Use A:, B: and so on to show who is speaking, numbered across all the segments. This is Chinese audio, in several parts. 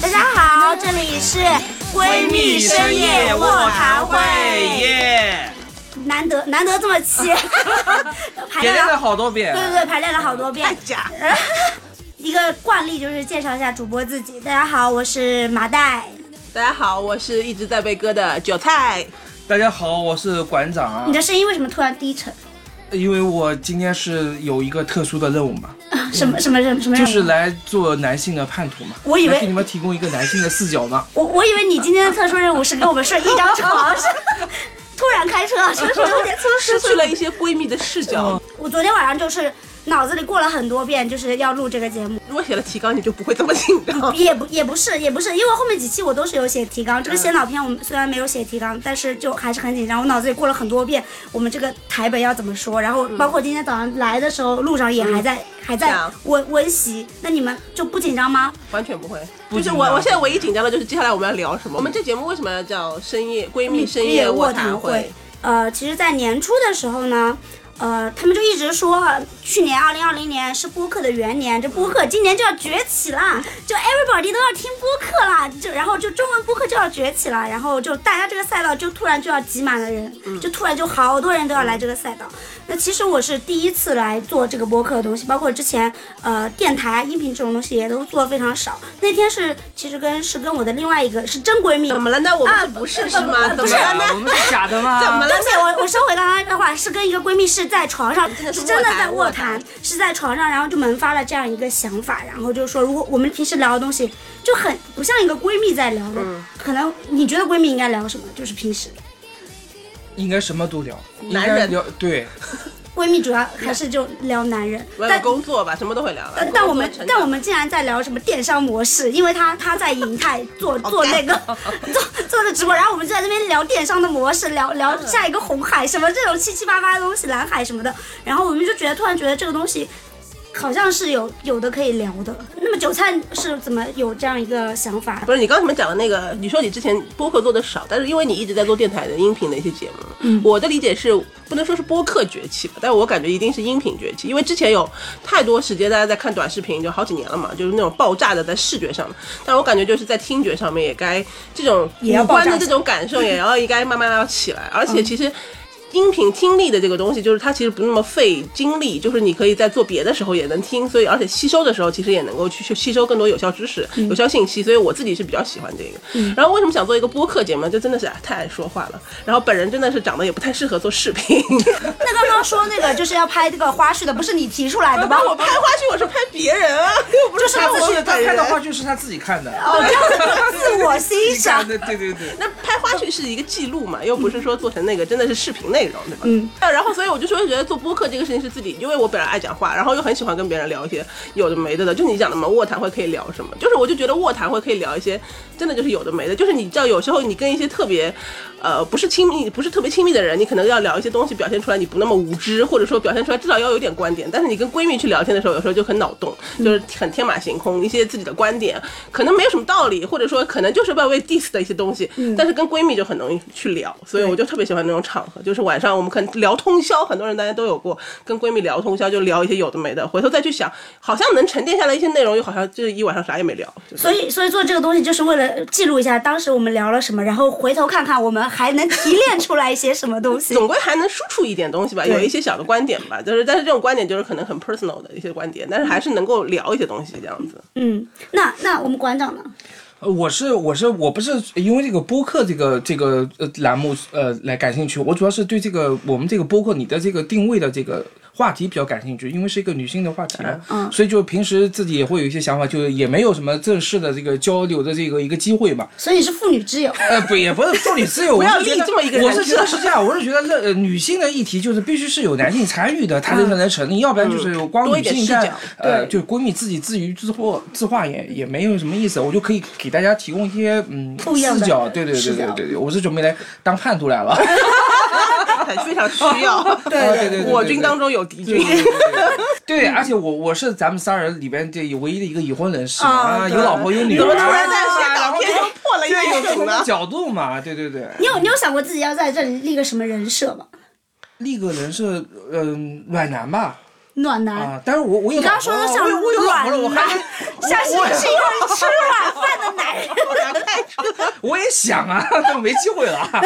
A: 大家好，这里是闺蜜深夜卧谈会，
B: 耶！
A: 难得难得这么 齐，排
B: 别
A: 练
B: 练了
A: 了，
B: 好多遍
A: 对。对对，排练了好 多遍。
B: 假。
A: 一个惯例就是介绍一下主播自己。大家好，我是麻袋。
C: 大家好，我是一直在被割的韭菜。
B: 大家好，我是馆长啊
A: 你，的声音为什么突然低沉？
B: 因为我今天是有一个特殊的任务嘛，
A: 什么什么什么什
C: 嗯
A: 么？
B: 就是来做男性的叛徒嘛，
A: 我以为
B: 来给你们提供一个男性的视角嘛。
A: 我我以为你今天的特殊任务是跟我们睡一张床，是 突然开车，是不是有点
C: 失去了一些闺蜜的视角。
A: 我昨天晚上就是脑子里过了很多遍，就是要录这个节目，
C: 如果写了提纲，你就不会这么紧张。
A: 也不也不是也不是，因为后面几期我都是有写提纲，这个先导片我们虽然没有写提纲，但是就还是很紧张，我脑子里过了很多遍，我们这个台本要怎么说，然后包括今天早上来的时候，路上也还在、还在
C: 对啊
A: 温温习，那你们就不紧张吗？
C: 完全不会，
B: 不紧
C: 就
B: 张
C: 是我，我现在唯一紧张的就是接下来我们要聊什么。我们这节目为什么要叫深夜闺蜜深夜卧谈会？。
A: 呃，其实，在年初的时候呢，呃，他们就一直说，去年二零二零年是播客的元年，这播客今年就要崛起啦，就 everybody 都要听播客啦，就然后就中文播客就要崛起了，然后就大家这个赛道就突然就要挤满了人，
C: 嗯
A: 就突然就好多人都要来这个赛道。那其实我是第一次来做这个播客的东西，包括之前呃电台音频这种东西也都做的非常少。那天是其实跟是跟我的另外一个是真闺蜜，
C: 怎么了呢？我们是不是是吗？怎
A: 嗯啊不
C: 么
A: 是
C: 了呢？
B: 啊我们是假的
C: 怎么
B: 吗？
C: 了
A: 而且
C: 呢？
A: 我我收回刚刚的话，是跟一个闺蜜是在床上，
C: 的是
A: 是真的在
C: 卧
A: 卧
C: 谈
A: 谈，是在床上，然后就萌发了这样一个想法，然后就说，如果我们平时聊的东西就很不像一个闺蜜在聊的，
C: 嗯
A: 可能你觉得闺蜜应该聊什么？就是平时
B: 应该什么都聊，应
C: 男
B: 该
C: 人
B: 聊对，
A: 闺蜜主要还是就聊男人，
C: 聊聊
A: 但。
C: 工作吧，什么都会聊。
A: 但呃但我们
C: 工作成长
A: 但我们竟然在聊什么电商模式，因为他他在银泰做做那个做做的直播，然后我们就在那边聊电商的模式，
C: 嗯
A: 聊聊下一个红海什么这种七七八八的东西，蓝海什么的，然后我们就觉得突然觉得这个东西。好像是有有的可以聊的，那么韭菜是怎么有这样一个想法？
C: 不是你刚才你们讲的那个，你说你之前播客做的少，但是因为你一直在做电台的音频的一些节目，嗯，我的理解是不能说是播客崛起吧，但我感觉一定是音频崛起，因为之前有太多时间大家在看短视频，就好几年了嘛，就是那种爆炸的在视觉上，但我感觉就是在听觉上面也该这种
A: 也要
C: 五
A: 爆炸
C: 官的这种感受 也要应该慢慢地要起来，而且其实。音频听力的这个东西，就是它其实不那么费精力，就是你可以在做别的时候也能听，所以而且吸收的时候其实也能够去去吸收更多有效知识、有效信息，所以我自己是比较喜欢这个。然后为什么想做一个播客节目呢？就真的是哎太爱说话了，然后本人真的是长得也不太适合做视 频。
A: 那刚刚说那个就是要拍这个花絮的，不是你提出来的吗
C: 把？我拍花絮，我是拍别人啊，又不是
A: 就是
C: 拍
B: 他
C: 我
B: 不是他
C: 本人
B: 拍的话就是他自己看的，
A: 哦，这样子自我欣
B: 你
A: 赏
B: 看。的对对对，
C: 那拍花絮是一个记录嘛，又不是说做成那个真的是视频内容，对吧？嗯。然后，所以我就说觉得做播客这个事情是自己，因为我本来爱讲话，然后又很喜欢跟别人聊一些有的没的的，就你讲的嘛，卧谈会可以聊什么？就是我就觉得卧谈会可以聊一些真的就是有的没的，就是你知道有时候你跟一些特别，呃，不是亲密不是特别亲密的人，你可能要聊一些东西，表现出来你不那么无知，或者说表现出来至少要有点观点。但是你跟闺蜜去聊天的时候，有时候就很脑洞，就是很天马行空，一些自己的观点可能没有什么道理，或者说可能就是要被 diss 的一些东西，但是跟闺蜜就很容易去聊，所以我就特别喜欢那种场合，就是晚上我们可能聊通宵，很多人大家都有过跟闺蜜聊通宵，就聊一些有的没的，回头再去想，好像能沉淀下来一些内容，又好像就是一晚上啥也没聊，就是
A: 所以，所以做这个东西就是为了记录一下当时我们聊了什么，然后回头看看我们还能提炼出来一些什么东西。
C: 总归还能输出一点东西吧，有一些小的观点吧，就是但是这种观点就是可能很 personal 的一些观点，但是还是能够聊一些东西这样子。
A: 嗯，那那我们馆长呢？
B: 呃我是我是我不是因为这个播客这个这个呃栏目呃来感兴趣，我主要是对这个我们这个播客你的这个定位的这个话题比较感兴趣，因为是一个女性的话题嘛，嗯，所以就平时自己也会有一些想法，就是也没有什么正式的这个交流的这个一个机会嘛，
A: 所以是妇女之友。
B: 呃，不也不是妇女自由，我
C: 要
B: 是觉
C: 立
B: 得
C: 这么一个
B: 我
C: 人
B: 是觉得是这样，我是觉得那呃女性的议题就是必须是有男性参与的，它才能成立，要不然就是光
C: 嗯多一
B: 女
C: 点
B: 性
C: 视
B: 在
C: 角
B: 呃，
C: 对
B: 就闺蜜自己自娱自获自话也也没有什么意思，我就可以给大家提供一些嗯
A: 不一样
B: 视
A: 的
B: 角，对对对
A: 视
B: 对
A: 角
B: 对对，我是准备来当叛徒来 了，
C: 非常需要。
B: 对对对对
C: 我军当中有敌军。
B: 对，而且我我是咱们三人里边这唯一的一个已婚人士嘛
A: 啊
B: 啊，有老婆有女
C: 哦你怎
B: 儿啊，
C: 么突然在写
B: 然
C: 港
B: 后
C: 片中破了一
B: 对有
C: 个
B: 不同
C: 梗
B: 的
C: 呢？
B: 角度嘛，对对对。
A: 你有你有想过自己要在这里立个什么人设吗？
B: 立个人是嗯、暖男吧。
A: 暖男。
B: 啊，但是我我有
A: 你刚刚
B: 老婆
A: 说的
B: 了，
A: 像
B: 我有我有老婆了，我
A: 软
B: 还
A: 男
B: 能
A: 小新
B: 我
A: 是一个吃软饭的男人。
B: 我也想啊，但我没机会了。啊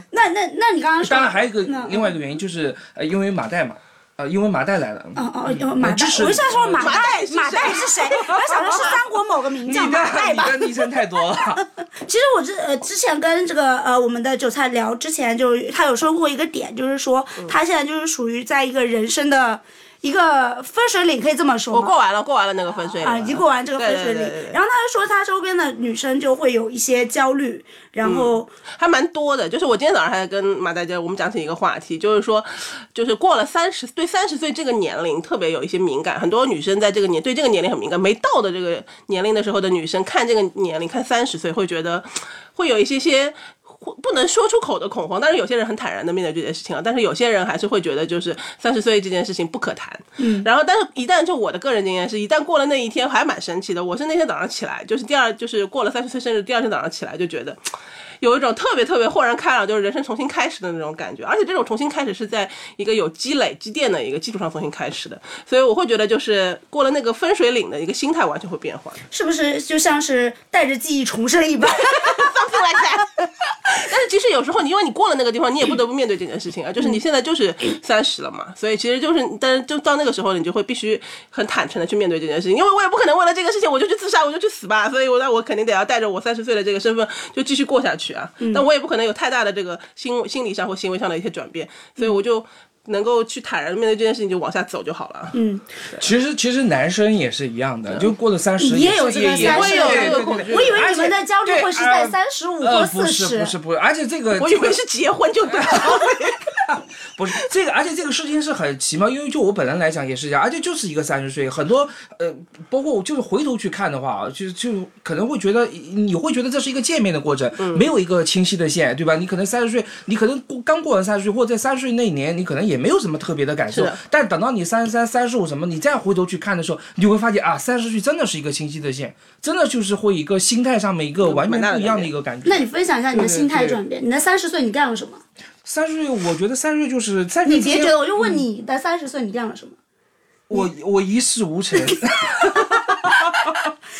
A: 那那那你刚刚说，
B: 当然还有一个
A: 那
B: 另外一个原因就是，呃，因为马代嘛，呃，因为马代来了。
A: 哦哦哦，马
B: 那
A: 代，
B: 就是
A: 我一下说马
C: 马
A: 代
C: 代，是
A: 马代是谁？我想说是三国某个名
B: 你
A: 将
B: 的
A: 马代吧。
B: 你的昵称太 多了，
A: 其实我之呃之前跟这个呃我们的韭菜聊之前，就是他有说过一个点，就是说他现在就是属于在一个人生的一个分水岭，可以这么说
C: 我
A: 吗？
C: 过完了，过完了那个分水岭
A: 啊，
C: 了
A: 已经过完这个分水
C: 对对对对
A: 岭，
C: 对
A: 然后他就说他周边的女生就会有一些焦虑，然后
C: 还蛮多的。就是我今天早上还跟马大姐我们讲起一个话题，就是说，就是过了三十，对三十岁这个年龄特别有一些敏感。很多女生在这个年对这个年龄很敏感，没到的这个年龄的时候的女生，看这个年龄，看三十岁会觉得会有一些些。会不能说出口的恐慌，但是有些人很坦然的面对这件事情啊，但是有些人还是会觉得就是三十岁这件事情不可谈，嗯，然后但是一旦就我的个人经验是，一旦过了那一天，还蛮神奇的。我是那天早上起来，就是第二就是过了三十岁生日，第二天早上起来就觉得，有一种特别特别豁然开朗，就是人生重新开始的那种感觉。而且这种重新开始是在一个有积累积淀的一个基础上重新开始的，所以我会觉得就是过了那个分水岭的一个心态完全会变化。
A: 是不是就像是带着记忆重生一般？
C: something like that 但是其实有时候你因为你过了那个地方，你也不得不面对这件事 情啊，
A: 嗯
C: 就是你现在就是三十了嘛，所以其实就是，但是就到那个时候，你就会必须很坦诚的去面对这件事情，因为我也不可能为了这个事情我就去自杀，我就去死吧，所以我那我肯定得要带着我三十岁的这个身份就继续过下去啊，
A: 嗯
C: 但我也不可能有太大的这个心心理上或行为上的一些转变，所以我就能够去坦然地面对这件事情，就往下走就好了。嗯，
B: 其实其实男生也是一样的，就过了三十
A: 你也有这个
B: 也
A: 三十
C: 会
B: 也
C: 有
B: 对
C: 这
B: 对
C: 个
B: 对
C: 恐
B: 对
C: 惧
B: 对
A: 我以为你们的焦虑
B: 对
A: 会是在
B: 而
A: 三十五
B: 呃
A: 或
B: 不
A: 四
B: 是
A: 十
B: 不，是不是，而且这个
C: 我以为是结婚就 对了。
B: 不是这个，而且这个事情是很奇妙，因为就我本人来讲也是这样，而且就是一个三十岁，很多呃，包括我就是回头去看的话啊，就就可能会觉得你会觉得这是一个见面的过程，
C: 嗯
B: 没有一个清晰的线，对吧？你可能三十岁，你可能过刚过完三十岁，或者在三十岁那一年，你可能也没有什么特别的感受
C: 是的，
B: 但等到你三十三、三十五什么，你再回头去看的时候，你会发现啊，三十岁真的是一个清晰的线，真的就是会一个心态上面一个完全
C: 蛮大的
B: 不一样的
C: 改变
B: 一个感觉。
A: 那你分享一下你的
B: 对对
A: 心态
B: 对
A: 转变，你的三十岁你干了什么？
B: 三十岁，我觉得三十岁就是三十
A: 你
B: 岁之间，
A: 别觉得，我就问你的三十岁你干了什么？
B: 我我一事无 成。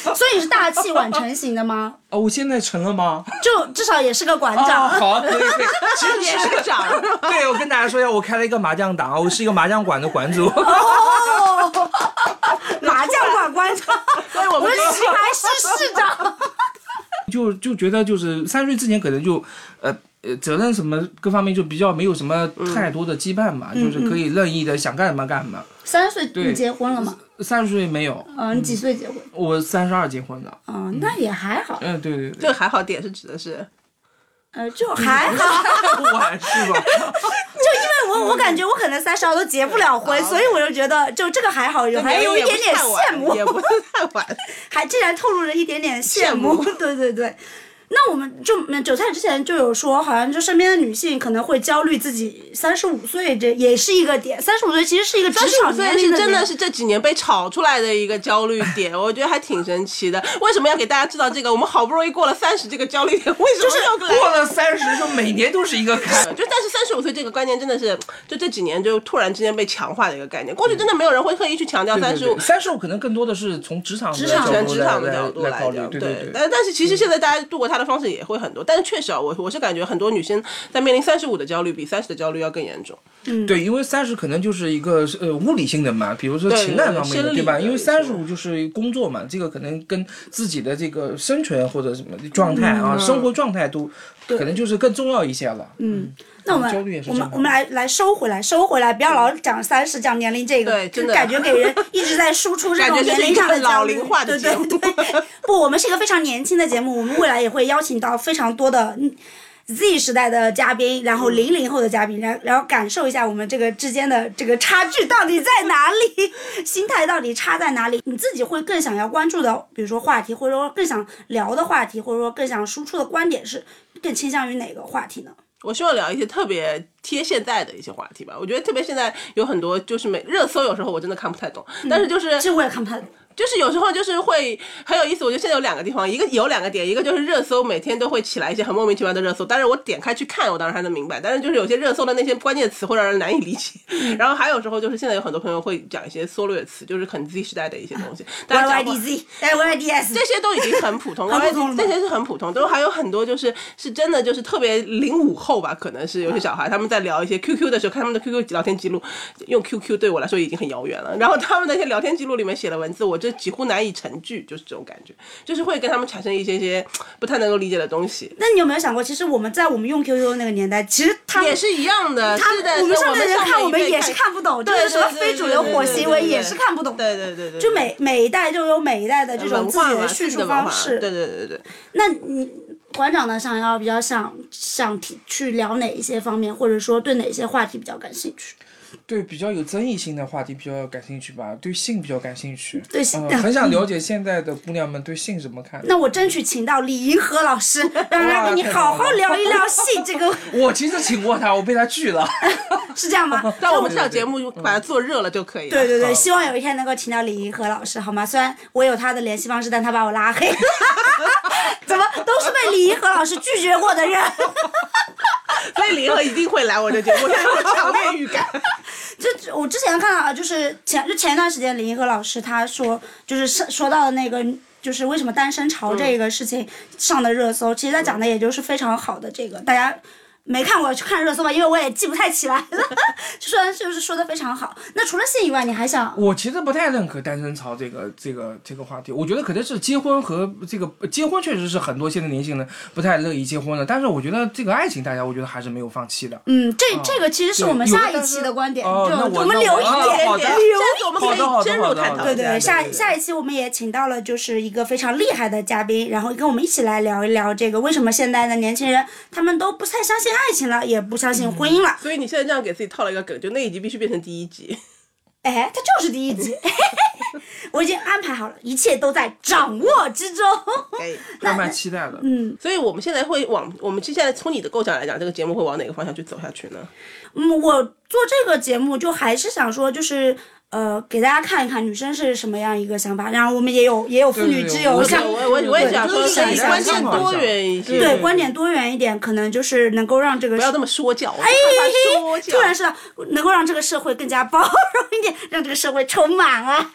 A: 所以你是大器晚成型的吗？
B: 哦，我现在成了吗？
A: 就至少也是个馆
B: 啊，
A: 长。
B: 好，可以可以。其实
C: 也是 长，
B: 对我跟大家说一下，我开了一个麻将档，啊我是一个麻将馆的馆主。
A: 哦，麻将馆馆长，
C: 所以我
A: 我
C: 们
A: 们
C: 就
A: 棋牌室市长。
B: 就就觉得就是三十岁之前可能就呃呃责任什么各方面就比较没有什么太多的羁绊嘛，就
C: 嗯
B: 是可以任意的想干什么干什么。
A: 三十岁
B: 对
A: 你结婚了吗？
B: 三十岁没有，
A: 嗯、你几岁结婚？
B: 我三十二结婚的。
A: 嗯、那也还好，
B: 嗯，对对
C: 这
B: 对，
C: 个还好点是指的是。
A: 呃，就还好。
B: 晚是 吧？
A: 就因为我我感觉我可能三十二都结不了婚，所以我就觉得就这个还好，有还有一点点羡慕，
C: 也不是太晚。
A: 还竟然透露着一点点羡慕。
C: 羡
A: 对对对。那我们就嗯韭菜之前就有说，好像就身边的女性可能会焦虑自己三十五岁，这也是一个点。三十五岁其实是一个职
C: 三十五
A: 场
C: 岁
A: 年龄
C: 是真
A: 点
C: 的是这几年被炒出来的一个焦虑点，我觉得还挺神奇的。为什么要给大家制造这个？我们好不容易过了三十这个焦虑点，为什么要来？
B: 过了三十就每年都是一个坎。
C: 就但是三十五岁这个观念真的是，就这几年就突然之间被强化的一个概念。过去真的没有人会刻意去强调三十五，
B: 三十五可能更多的是从职场的
A: 职场
B: 角
C: 全
B: 度
C: 职场
B: 来
C: 的角度
B: 来来考虑
C: 讲，，
B: 对对。嗯
C: 但但是其实现在大家度过它的方式也会很多，但是确实啊，我我是感觉很多女生在面临三十五的焦虑比三十的焦虑要更严重。
B: 对，因为三十可能就是一个呃物理性的嘛，比如说
C: 对
B: 情感方面
C: 对生
B: 的，
C: 理
B: 对吧？
C: 的
B: 因为
C: 一些
B: 三十五就是工作嘛，这个可能跟自己的这个生存或者什么的状态啊、生活状态都可能就是更重要一些了。嗯，
A: 那我
B: 焦虑也
A: 们
B: 是嗯
A: 我
B: 正
A: 们
B: 常
A: 我们来来收回来收回来，不要老讲三十讲年龄这个，
C: 对
A: 就
C: 真的
A: 感觉给人一直在输出这种
C: 感觉
A: 年
C: 这是
A: 龄
C: 一个
A: 上的焦
C: 老
A: 虑
C: 龄化的
A: 对
C: 节目
A: 对对，不，我们是一个非常年轻的节目，我们未来也会邀请到非常多的嗯 Z 时代的嘉宾，然
C: 嗯
A: 后零零后的嘉宾，然然后感受一下我们这个之间的这个差距到底在哪里， 心态到底差在哪里？你自己会更想要关注的，比如说话题，或者说更想聊的话题，或者说更想输出的观点是更倾向于哪个话题呢？
C: 我希望聊一些特别贴现在的一些话题吧。我觉得特别现在有很多就是每热搜，有时候我真的看不太懂，但是就是
A: 这我也看不太懂。
C: 就是有时候就是会很有意思。我觉得现在有两个地方，一个有两个点，一个就是热搜每天都会起来一些很莫名其妙的热搜，但是我点开去看，我当然还能明白，但是就是有些热搜的那些关键词会让人难以理解。然后还有时候就是现在有很多朋友会讲一些缩略词，就是很 Z 时代的一些东西，大家讲话
A: YYDZ，哎 YYDS，
C: 这些都已经很普通，
A: 很普通了
C: 这些是很普通，都还有很多就是是真的就是特别零五后吧，可能是有些小孩他们在聊一些 QQ 的时候，看他们的 QQ 聊天记录，用 QQ 对我来说已经很遥远了。然后他们那些聊天记录里面写的文字，我就几乎难以成句，就是这种感觉，就是会跟他们产生一些些不太能够理解的东西。
A: 那你有没有想过，其实我们在我们用 QQ 那个年代，其实他们
C: 也是一样的，
A: 他
C: 是的，
A: 我们上面的人看我
C: 我
A: 们
C: 一辈
A: 也是看不懂，就是什么非主流火行为也是看不懂
C: 对
A: 的。
C: 对对对，
A: 就每每一代就有每一代的这种
C: 文
A: 自
C: 化
A: 己
C: 嘛，
A: 的叙
C: 自己
A: 述
C: 的文
A: 方
C: 化
A: 式。
C: 对对对对对。
A: 那你馆长呢？想要比较想想提去聊哪一些方面，或者说对哪些话题比较感兴趣？
B: 对比较有争议性的话题比较感兴趣吧，对性比较感兴趣，
A: 对性
B: 呃很想了解现在的姑娘们对性怎么看。
A: 那我争取请到李银河老师，让他跟你好好聊一聊性这个，
B: 我其实请过她，我被她拒了。
A: 是这样吗？
C: 但我们这档节目把它做热了就可以了。
A: 对对对，
B: 好
A: 希望有一天能够请到李银河老师，好吗？虽然我有他的联系方式，但他把我拉黑，怎么都是被李银河老师拒绝过的人。
C: 所以林和一定会来我的节目，我有强烈预感。
A: 就我之前看到啊，就是前就前一段时间李银河老师他说，就是是说到的那个。就是为什么单身潮这个事情上的热搜，其实他讲的也就是非常好的这个，大家没看过去看热搜吧，因为我也记不太起来了。虽然就是说的非常好，那除了性以外，你还想
B: 我其实不太认可单身潮这个这个这个话题，我觉得可能是结婚和这个结婚确实是很多现在年轻人不太乐意结婚的，但是我觉得这个爱情大家我觉得还是没有放弃的。
A: 嗯，这这个其实是我们
B: 有
A: 下
B: 但
A: 一
B: 是
A: 期的观点，
B: 哦
A: 就
B: 那我
A: 们
B: 那
A: 留
B: 我
A: 一
B: 啊
A: 点
B: 好的
A: 点，
C: 下次我们可
B: 好的好
C: 以
B: 的
C: 深入探
B: 好
C: 讨一下。
B: 的
A: 对对对，下下一期我们也请到了，就是一个非常厉害的嘉宾，然后跟我们一起来聊一聊这个为什么现在的年轻人他们都不太相信爱情了，也不相信婚姻了。
C: 所以你现在这样给自己套了一个梗，就那一集必须变成第一集。
A: 哎，它就是第一集， 我已经安排好了，一切都在掌握之中。
C: 可以。
B: 还蛮期待的。
A: 嗯
C: 所以我们现在会往我们现在从你的构想来讲，这个节目会往哪个方向去走下去呢？
A: 嗯，我做这个节目就还是想说，就是。呃，给大家看一看女生是什么样一个想法，然后我们也有也有妇女
B: 对
A: 之
B: 对
A: 友，
B: 我
A: 像
B: 想
C: 我我我也想说，
A: 对
C: 所以
A: 想
C: 观念
A: 象
C: 多元一些，
B: 对
A: 对观点多元一点，可能就是能够让这个
C: 不
A: 社
C: 要这么说教，我 怕说教。
A: 突然是能够让这个社会更加包容一点，让这个社会充满啊。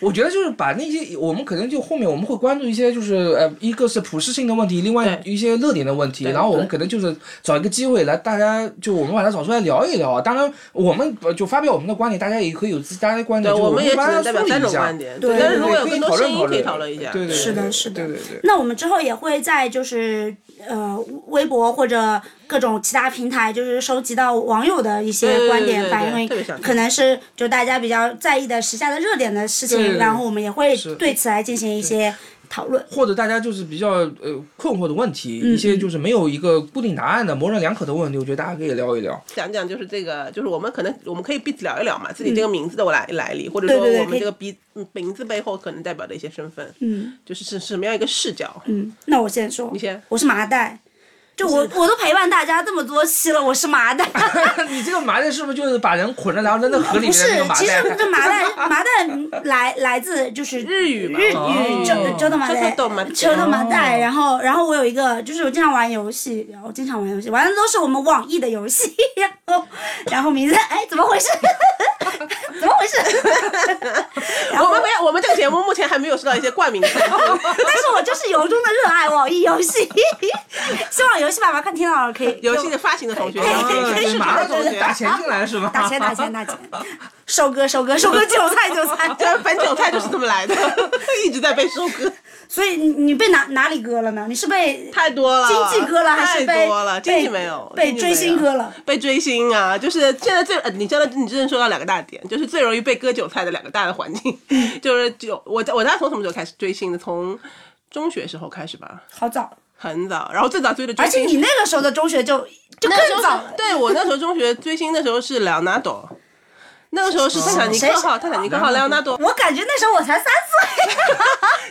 B: 我觉得就是把那些我们可能就后面我们会关注一些就是呃，一个是普适性的问题，另外
C: 对
B: 一些热点的问题，
C: 对
B: 然后我们
C: 对
B: 可能就是找一个机会来大家就我们把它找出来聊一聊啊。当然，我们呃就发表我们的观点，大家也可以有自己大家的观
C: 对，
B: 点，就
C: 我
B: 们
C: 们也只
B: 帮大
C: 能
B: 家
C: 代表
B: 梳理
C: 三
B: 一
C: 种
B: 下
C: 观。点。
A: 对
C: 但是
B: 对
C: 如果有
B: 可以
C: 更多
B: 讨论
C: 声音，
B: 讨
C: 可以
B: 论
C: 讨论一下。
B: 对对
A: 是的，是的，
B: 对对对。
A: 那我们之后也会在就是呃微博或者各种其他平台，就是收集到网友的一
C: 对
A: 些
C: 对
A: 观
C: 对
A: 点
C: 对
A: 反
C: 对
A: 映
C: 特别想，听
A: 可能是就大家比较在意的时下的热点的事
B: 对对
A: 情，
B: 对
A: 然后我们也会
B: 是
A: 对此来进行一些讨论。
B: 或者大家就是比较呃困惑的问题，一些就是没有一个固定答案的、模棱两可的问题，我觉得大家可以聊一 聊。
C: 讲讲就是这个，就是我们可能我们可以聊一聊嘛，自己这个名字的来来历，或者
A: 对
C: 说
A: 对对
C: 我
A: 可
C: 们
A: 以
C: 这个名名字背后可能代表的一些身份，
A: 嗯
C: 就是是什么样一个视角。
A: 嗯，那我先说，
C: 你先
A: 我是麻袋，就我我都陪伴大家这么多期了，我是麻袋。
B: 你这个麻袋是不是就是把人捆着，然后扔到河里
A: 不
B: 面
A: 是
B: 那个，麻
A: 其实
B: 袋？
A: 这麻袋麻袋来来自就是
C: 日语嘛
A: 日
B: 哦
A: 语折折腾麻袋，
C: 折腾麻袋
A: 折腾麻袋。然后然后我有一个就是我经常玩游戏，我经常玩游戏，玩的都是我们网易的游戏。然后然后名字哎怎么回事？ 怎么回事？然
C: 我
A: 后
C: 们没有，我们这个节目目前还没有收到一些冠名赞 助。
A: 但是我就是由衷的热爱网易游戏，希望游戏爸爸看听到了可以
C: 游戏的发行 的同学，
A: 对
C: 然后
A: 对对
C: 可以
A: 对
C: 哎是
B: 啊马
C: 马
B: 上
C: 的同学，
B: 打钱进来是吗？
A: 打钱打钱打钱，收割收割收割韭菜韭 菜。
C: 这反韭菜就是这么来的， 一直在被收割，
A: 所以你你被哪哪里割了呢？你是被
C: 太多了。
A: 经济割了还是
C: 太
A: 被
C: 多了？经济没有，
A: 被
C: 经济
A: 追星
C: 没有
A: 割了，
C: 被追星啊！就是现在最，呃你真的你真的说到两个大点，就是最容易被割韭菜的两个大的环境，
A: 嗯
C: 就是就我我大概从什么时候开始追星的？从中学时候开始吧，
A: 好早，
C: 很早。然后最早追的追
A: 而且
C: 星，
A: 你那个时候的中学就就
C: 那时
A: 更
C: 候是
A: 早了。
C: 对我那时候中学追星的时候是莱昂纳多，
A: 哦
C: 那个时候是泰坦尼克号，泰坦尼克号莱昂纳多。
A: 我感觉那时候我才三岁，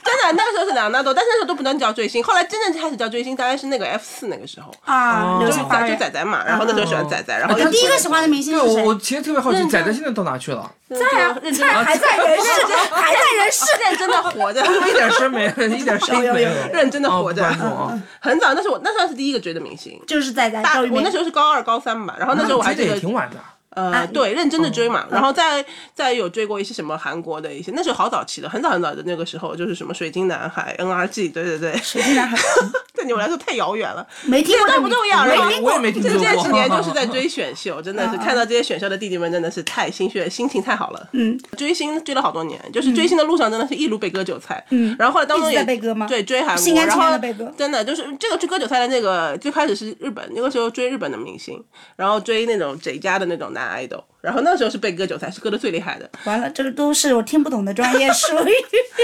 C: 真的，的，那个时候是两大多，但是那时候都不能叫追星。后来真正开始叫追星，大概是那个 F 四那个时候，
A: 啊，
C: 就
A: 流
C: 是
A: 星花
C: 哦仔就
A: 园。
C: 仔仔嘛，然后那时候喜
B: 嗯
C: 欢仔仔，然后
A: 啊
B: 啊
A: 你第一个喜欢的明星
B: 对，
A: 是
B: 我
A: 谁
B: 我？其实特别好奇，仔仔现在到哪去了？
A: 在啊，
C: 认真
A: 在还在人 世，还在人世。
C: 现在真的活着，
B: 一点 声没，一点声音
A: 哎
B: 没有，
C: 认真的活着
B: 哦不管我哦。
C: 很早，那是我那算是第一个追的明星。
A: 就是在在
C: 大
A: 哎赵玉梅
C: 我那时候是高二高三吧，然 后那时候我还
B: 追
C: 记
B: 的
C: 得
B: 也挺晚的。
C: 呃，对，认真的追嘛，然后再再有追过一些什么韩国的一些，那时候好早期的，很早很早的那个时候，就是什么水晶男孩、NRG，对对对，水晶男孩 对你们来说太遥远了，
A: 没听过这
C: 但
A: 名
C: 不
A: 字，
C: 重要。然后
B: 没听过我也没听
C: 这
B: 说
C: 这
B: 过
C: 几年就是在追选秀，真
A: 嗯
C: 的是看到这些选秀的弟弟们，真的是太心血，心情太好了。嗯，追星追了好多年，就是追星的路上真的是一路被割韭菜。嗯，然后后来当中
A: 一直在
C: 也
A: 被割吗
C: 对，追韩
A: 心
C: 国，
A: 甘
C: 然
A: 情愿地
C: 后
A: 被割
C: 真的就是这个追割韭菜的那个，最开始是日本，那个时候追日本的明星，然后追那种谁家的那种男 idol，然后那时候是被割韭菜，是割的最厉害的。
A: 完了，这个都是我听不懂的专业术语。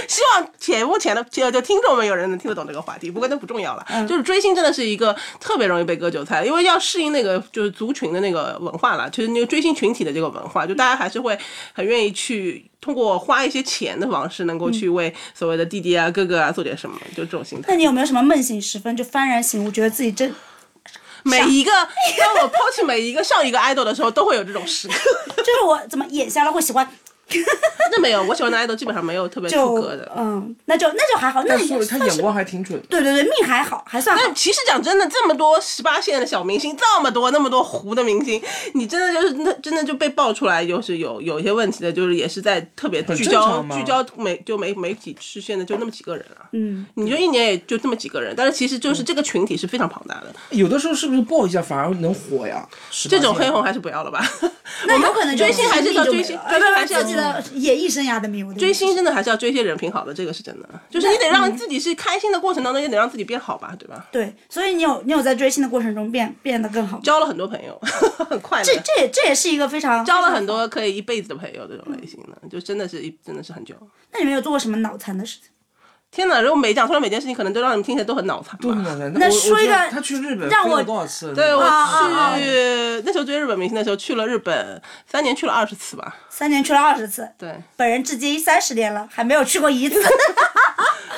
C: 希望节目前的就就听众们有人能听得懂这个话题，不过那不重要了。就是追星真的是一个特别容易被割韭菜，因为要适应那个就是族群的那个文化啦，就是那个追星群体的这个文化，就大家还是会很愿意去通过花一些钱的方式，能够去为所谓的弟弟啊、哥哥啊做点什么，就这 种心态。
A: 那你有没有什么梦醒时分就幡然醒悟，觉得自己真
C: 每一个当我抛弃每一个上一个 idol 的时候，都会有这种时刻。
A: 就是我怎么眼瞎了会喜欢
C: 那没有，我喜欢的 idol 基本上没有特别出
A: 就
C: 格的。
A: 嗯，那就那就还好，那
B: 但
A: 也
B: 是他
A: 算
B: 眼
A: 是
B: 光还挺准。
A: 对对对，命还好，还算好
C: 但。其实讲真的，这么多十八线的小明星，这么多那么多糊的明星，你真的就是那真的就被爆出来，就是有有一些问题的，就是也是在特别聚
B: 正
C: 焦
B: 常嘛
C: 聚焦媒就媒媒体视线的就那么几个人啊，嗯，你就一年也就这么几个人，但是其实
A: 嗯
C: 就是这个群体是非常庞大的，
B: 有的时候是不是爆一下反而能火呀？这
C: 这种黑红还是不要 了吧，
A: 那有可能就
C: 追星还是要
A: 自己
C: 追
A: 就
C: 星
A: 没了
C: 追星还是要
A: 自己的演艺生涯的迷我的
C: 追星真的还是要追一些人品好的，这个是真的，就是你得
A: 嗯
C: 让自己是开心的过程当中，也得让自己变好吧，对吧？
A: 对，所以你有你有在追星的过程中变变得更好吗。
C: 交了很多朋友， 很快乐。
A: 这这也这也是一个非常
C: 交了很。多可以一辈子的朋友这种类型的，就真的是一真的是很久。
A: 那你们有做过什么脑残的事情？
C: 天哪！如果没讲出来每件事情，可能都让你们听起来都很脑残
B: 对
C: 吧。
B: 对对
A: 那
B: 我
A: 说
B: 我
A: 一
B: 觉得
A: 个
B: 他去日本
A: 让
B: 飞了
A: 我
B: 多少次？
C: 对，我去、
A: 啊
C: 那时候追日本明星的时候，去了日本三年，去了二十次吧。
A: 三年去了二十次，
C: 对，
A: 本人至今三十年了，还没有去过一 次，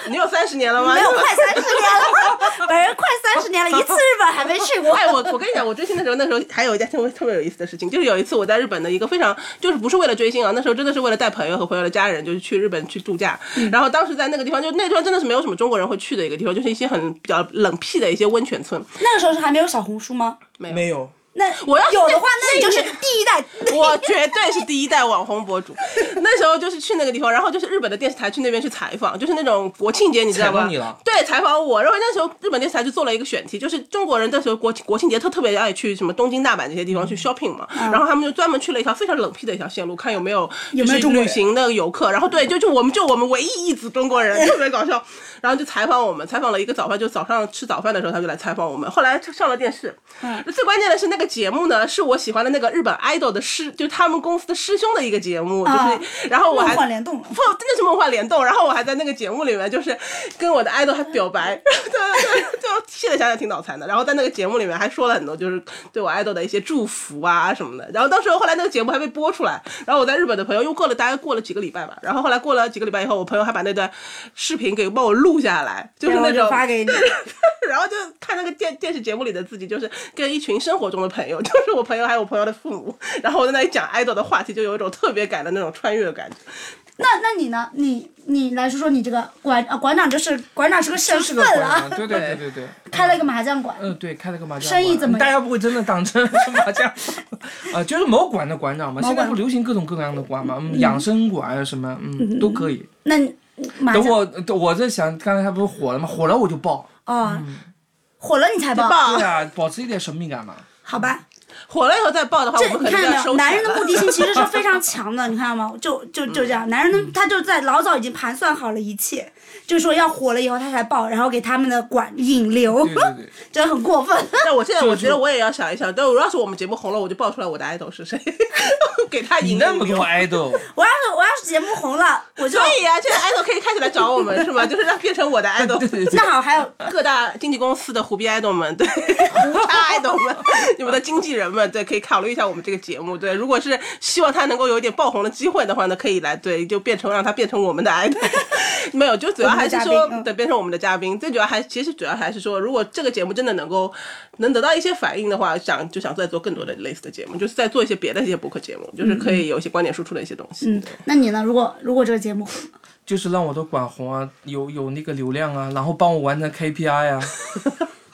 C: 你有三十年了吗？
A: 没有快三十年了，本人快三十年了，一次日本还没去过。
C: 哎，我我跟你讲，我追星的时候，那时候还有一件特别特别有意思的事情，就是有一次我在日本的一个非常，就是不是为了追星啊，那时候真的是为了带朋友和朋友的家人，就是去日本去度假。
A: 嗯
C: 然后当时在那个地方，就那地方真的是没有什么中国人会去的一个地方，就是一些很比较冷僻的一些温泉村。
A: 那个时候是还没有小红书吗？
B: 没有。
A: 那
C: 我要是
A: 有
C: 那
A: 的话，那你就是第一代。
C: 我绝对是第一代网红博 主。那时候就是去那个地方，然后就是日本的电视台去那边去采访，就是那种国庆节，你知道
B: 采
C: 吧
B: 访你了？
C: 对，采访我。然后那时候日本电视台就做了一个选题，就是中国人那时候国庆国庆节特特别爱去什么东京、大阪这些地方
B: 嗯
C: 去 shopping 嘛，然后他们就专门去了一条非常冷僻的一条线路，看有没有
A: 有没有
C: 就是
A: 中国
C: 旅
A: 人
C: 行的游客。然后对，就就我们就我们唯一一组中国人，特别搞笑。然后就采访我们，采访了一个早饭，就早上吃早饭的时候他就来采访我们。后来就上了电视，最关键的是那个节目呢，是我喜欢的那个日本 idol 的师，就他们公司的师兄的一个节目，就
A: 啊
C: 是，然后我还
A: 梦幻联动了
C: 不， 真的是梦幻联动。然后我还在那个节目里面，就是跟我的 idol 还表白， 对对对，就现在想想挺脑残的。然后在那个节目里面还说了很多，就是对我 idol 的一些祝福啊什么的。然后当时后来那个节目还被播出来，然后我在日本的朋友又过了大概过了几个礼拜吧，然后后来过了几个礼拜以后，我朋友还把那段视频给帮我录下来，就是
A: 然后
C: 那
A: 就
C: 种
A: 发给你，
C: 然后就看那个电电视节目里的自己，就是跟一群生活中的朋友，就是我朋友还有我朋友的父母，然后我在那里讲 idol 的话题，就有一种特别感的那种穿越感觉。
A: 那那你呢？你你来说说你这个馆啊，馆长就是馆长是个身
B: 是
A: 份
B: 个馆啊，
A: 了，
B: 对对对对对。
A: 开了一个麻将馆。
B: 嗯，对，开了个麻将
A: 生意
B: 馆
A: 怎么样
B: 大家不会真的当真麻将 啊？就是某馆的馆长嘛，现在
A: 馆
B: 不流行各种各样的馆嘛，嗯养生馆什么，嗯，都可以。
A: 那你麻
B: 等
A: 将
B: 我，等我在想，刚才他不是火了吗？火了我就爆。
A: 哦，
B: 嗯
A: 火了你才报，
C: 爆
B: 对啊，保持一点神秘感嘛。
A: 好吧？
C: 火了以后再爆的话，我
A: 这
C: 们
A: 你
C: 肯定
A: 看到没
C: 要收
A: 有，
C: 起
A: 男
C: 来
A: 人 的
C: 了。
A: 目的性其实是非常强的，你看到吗？就就就这样，男人
B: 嗯
A: 的他就在老早已经盘算好了一切，就是说要火了以后他才爆，然后给他们的管引流
B: 对 对对，
A: 真的很过分。
C: 那我现在
B: 就
C: 我觉得我也要想一想，但我要是我们节目红了，我就爆出来我的 idol 是谁， 给他
B: 你
C: 引
B: 那么
C: 流
B: 多 idol，
A: 我要是我要是节目红了，我就
C: 所以啊，现在 idol 可以开始来找我 们是吗？就是让变成我的 idol。
B: 对对对，
A: 那好，还有
C: 各大经纪公司的虎逼 idol 们，对，虎叉 idol 们，你们的经纪人们，对，可以考虑一下我们这个节目。对，如果是希望他能够有一点爆红的机会的话呢，可以来，对，就变成让他变成我们的 idol。没 有，就主要还是
A: 我们的嘉
C: 说
A: 宾嗯，
C: 对，变成我们的嘉宾。最主要还其实主要还是说，如果这个节目真的能够能得到一些反应的话，想就想再做更多的类似的节目，就是再做一些别的一些播客节目，就是可以有一些观点输出的一些东西。
A: 嗯，那你呢？如果如果这个节目，
B: 就是让我的管红啊，有有那个流量啊，然后帮我完成 KPI 啊，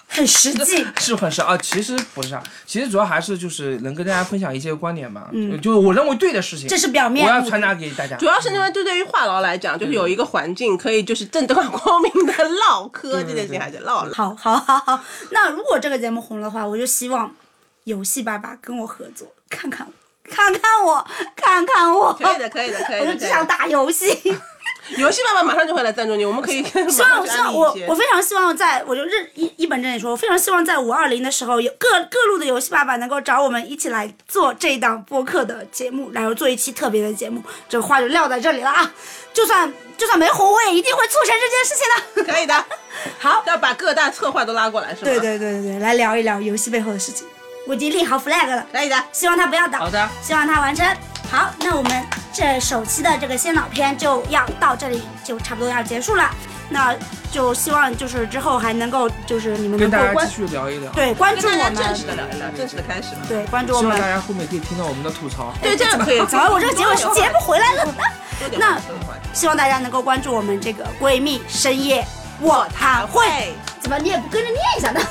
A: 很实际，
B: 是不是啊？其实不是啊，其实主要还是就是能跟大家分享一些观点嘛，嗯、就是我认为对的事情，
A: 这是表面
B: 我要
A: 目的
B: 传达给大家。
C: 主要是因为对对于话痨来讲，就是有一个环境可以就是正大光明的唠嗑这件事情，还得唠了。
A: 好，好，好，好。那如果这个节目红的话，我就希望游戏爸爸跟我合作，看看，看看我，看看我。
C: 可以的，可以的，可以
A: 我就
C: 的。可
A: 只
C: 以
A: 想
C: 的
A: 打游戏，
C: 游戏爸爸马上就会来赞助 你，我们可以 马
A: 希望
C: 上
A: 啊我
C: 去
A: 希望我
C: 安利一些
A: 我。非常希望在我就认一一本正经说，我非常希望在五二零的时候，有各各路的游戏爸爸能够找我们一起来做这一档播客的节目，然后做一期特别的节目。这话就撂在这里了啊！就算就算没红，我也一定会促成这件事情的。
C: 可以的，
A: 好，
C: 要把各大策划都拉过来，是吧？
A: 对，对对对对，来聊一聊游戏背后的事情。我已经立好 flag 了，
C: 可以的。
A: 希望他不要倒。
B: 好的
A: 希望他完成。好，那我们这首期的这个先导片就要到这里，就差不多要结束了。那就希望就是之后还能够就是你们
B: 跟
A: 能
B: 大
A: 够
B: 家
A: 关
B: 继续聊一聊，
A: 对关注我
C: 跟大
A: 们，
C: 家正式的聊一聊，正式的开始吧。
A: 对关注我
B: 希望大
A: 们。
B: 家后面可以听到我们的吐槽。
C: 对，这样可 以。
A: 怎么我这个结尾是结不回来了？
C: 多点
A: 那
C: 多点话题
A: 希望大家能够关注我们这个闺蜜深夜卧谈会。怎么你也不跟着念一下呢？